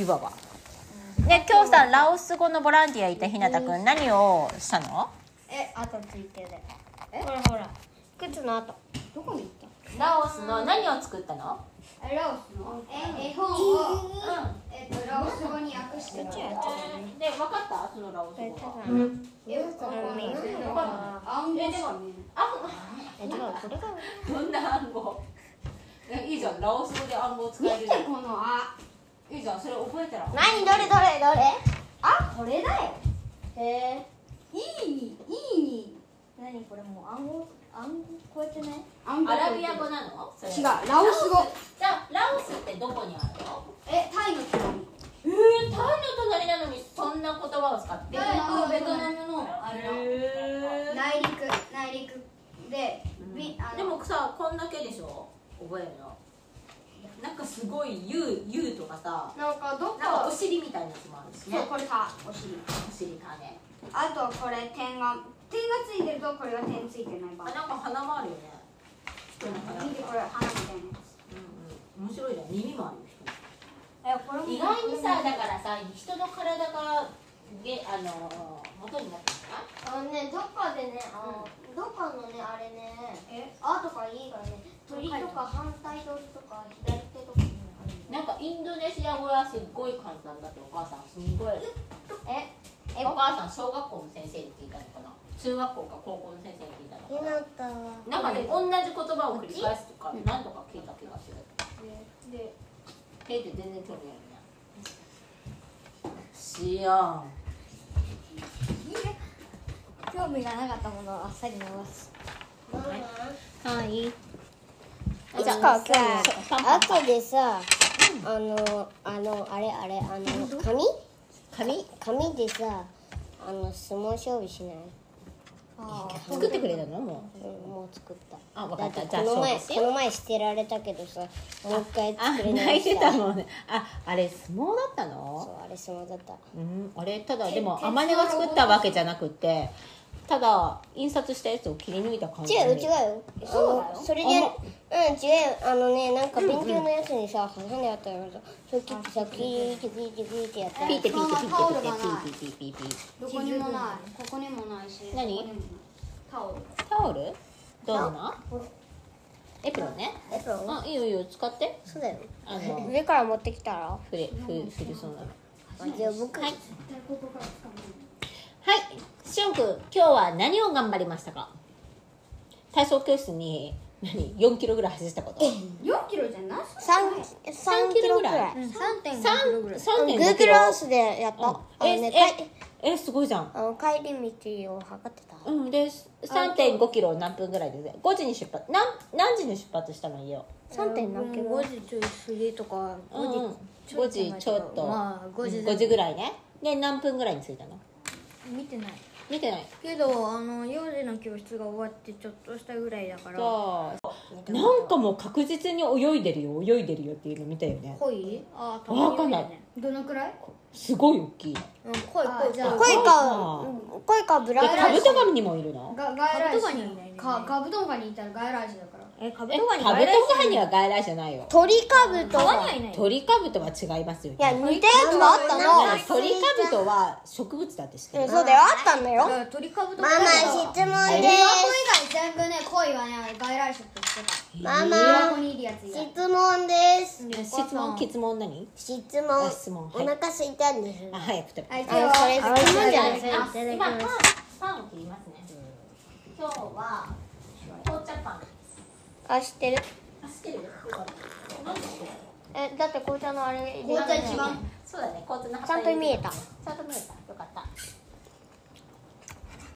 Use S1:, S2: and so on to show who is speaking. S1: いわばで今日さラオス語のボランティアいたひなたくん何をしたの
S2: え、後ついてる。え、ほらほら。靴の後。どこに行っ
S1: ラオスの何を作ったの
S2: た？ラオスの。え、絵本を。えっとラオス語に訳してる。
S1: で分かったそのラオス語は
S2: え、こ暗号資え、だからこれが。
S1: どんな暗号いいじゃんラオス語で暗号使
S2: 見
S1: え
S2: て
S1: るじゃ
S2: このあ。
S1: んいいじゃんそれ覚えたら
S2: 何どれどれどれ？あ、これだよ。へえ。いいにいいに。何これもう暗号暗号こうやってね。暗
S1: アラビア語なのそれ
S2: 違うラオス語。
S1: じゃあラオスってどこにあるの
S2: え、タイの国。
S1: えー、タイの隣なのにそんな言葉を使ってる
S2: ベトナムのあ
S1: へー
S2: 内陸内陸で、みあの
S1: でもさこんだけでしょ覚えるのなんかすごい「ゆう」「ゆう」とかさ
S2: なんか
S1: なん
S2: どっ
S1: か
S2: か
S1: お尻みたいなやつもあるし
S2: そう
S1: ね
S2: これさお尻
S1: お尻かね
S2: あとこれ点が点がついてるとこれが点ついてない
S1: あ
S2: 場合
S1: なんか鼻もあるよね人の鼻
S2: 見てこれ花みたいなや
S1: うんうん面白いじゃん耳もあるよ人の
S2: つえこれも
S1: 意外にさだからさ人の体がげあのー元になってるか
S3: あのね、どっかでね、あの、どっかのね、あれね、
S2: え
S3: あとかいいがね、鳥とか反対鳥とか左手とかにあるん
S1: な
S3: だ
S1: なんか
S3: よ
S1: インドネシア語はすっごい簡単だってお母さんすんごい
S3: え、
S1: えお母さん小学校の先生に聞いたのかな中学校か高校の先生に聞いたのかな
S3: たは
S1: なんかね同じ言葉を繰り返すとか何とか聞いた気がする
S2: でで
S1: 聞いて全然興味あるねしやん
S2: 興味がなかったものをあっさり流す
S3: い。い
S1: い
S3: つかさ、あとでさ、あの、あの、あれあれ、あの、紙紙紙でさ、あの、相撲勝負しない
S1: 作ってくれたのもう
S3: うんもう作った。
S1: あ分
S3: だ
S1: か
S3: っ
S1: ってた
S3: こ
S1: じゃあ
S3: の
S1: そう
S3: 前、
S1: です
S3: こ
S1: よ
S3: の前捨てられたけどさ、もう一回
S1: あ
S3: 作れ
S1: 泣
S3: 直
S1: いて
S3: した
S1: もんねああれ相撲だったの
S3: そうあれ相撲だった。
S1: うん、あれただでも天音が作ったわけじゃなくてただ印刷したやつを切り抜いた感じ
S3: 違う違うよ
S2: そうなの
S3: あのそれ
S1: あ
S3: でうん違う
S1: ま
S3: よあのねなんか勉強のやつにさ挟んであったよそれ切ってさキーってキーってキーってやった
S1: ピー
S3: よ
S1: ってピーってピーってピーってピーってピーってピーってピーってピーって
S2: どこにもないここにもないし
S1: 何
S2: ここにもないタオル
S1: タオルどうなのエプロンね
S3: えそう
S1: あいいよいいよ使って
S3: そうだよ
S1: あの
S3: 上から持ってきたらあ
S1: ふれふふるそうなの
S3: じゃあ僕
S1: はい
S2: 絶対ここから使う
S1: はいしおんくん今日は何を頑張りましたか体操教室に何4キロぐらい走ったこと
S2: 4キロじゃなさ
S3: 三三キロぐらい
S1: 3.5
S3: グ
S1: 3.5
S3: ー
S1: キ
S3: グ
S1: ロ
S3: ルアースでやったあ
S1: うん
S3: のねかい
S1: えええすごいじゃん
S3: あの帰り道を測ってた
S1: うんで3.5キロ何分ぐらいで5時に出発何何時に出発したの家を
S3: 三点何キロ
S4: 時ちょい過ぎとか
S1: 5時5時ちょっと、
S4: まあ5時
S1: 5時ぐらいねで何分ぐらいに着いたの
S4: 見てない
S1: 見てない
S4: けどあの幼児の教室が終わってちょっとしたぐらいだから
S1: そうなんかもう確実に泳いでるよ泳いでるよっていうの見たよね
S4: 恋ああ
S1: わかんない
S2: どのくらい
S1: すごい大きい
S4: うん恋
S2: あ
S4: 恋
S2: じゃあ
S3: 声か
S1: あ
S3: 声かブラ
S1: で
S3: ウン
S1: カブトガニもいるの
S2: が外来
S4: カブトガニはいない
S2: 種
S4: ね
S2: かカブトガニいたら外来種だから
S4: えカブ
S1: え
S4: ト
S1: カ
S4: ガ
S1: ブ
S4: ニ
S1: トガニは外来じゃないよ
S3: 鳥かぶと
S4: 川に
S3: が
S4: はいない
S1: 鳥カブトは違いますよ
S3: いや似たやつがあった
S1: だから
S3: の
S1: 鳥カブトは植物だって知って
S3: うん
S1: る
S3: そうだよあったんだよ
S4: 鳥鳥カブト
S3: マ
S4: ガ
S3: マ
S4: ニ
S3: 質問で
S2: 琵琶湖以外全部ね恋はね外来種って言って
S3: す。
S1: マ
S3: マ
S2: た琵琶湖
S3: マ
S2: にいるやつ以外
S3: 質問です。
S1: え質問質問何あ
S3: 質問。
S1: 質問は
S3: お
S1: い
S3: 腹空いたんです。
S1: あ早く食べて
S2: はい今
S3: あそれ
S2: 日
S3: 質
S2: は
S3: 問じゃない。
S1: あ今パンパンを切りますね。今日は紅茶パン。
S3: あ知ってる。
S1: あ知ってる？なんだっけ
S3: えだって紅茶のあれ入れて
S1: 紅茶
S3: る
S1: 一番。そうだね。紅茶の葉っ
S3: ちゃ
S1: ぱ
S3: んと
S1: 入
S3: 見
S1: れ
S3: え
S1: る
S3: た。
S1: ちゃんと見えた。よかった。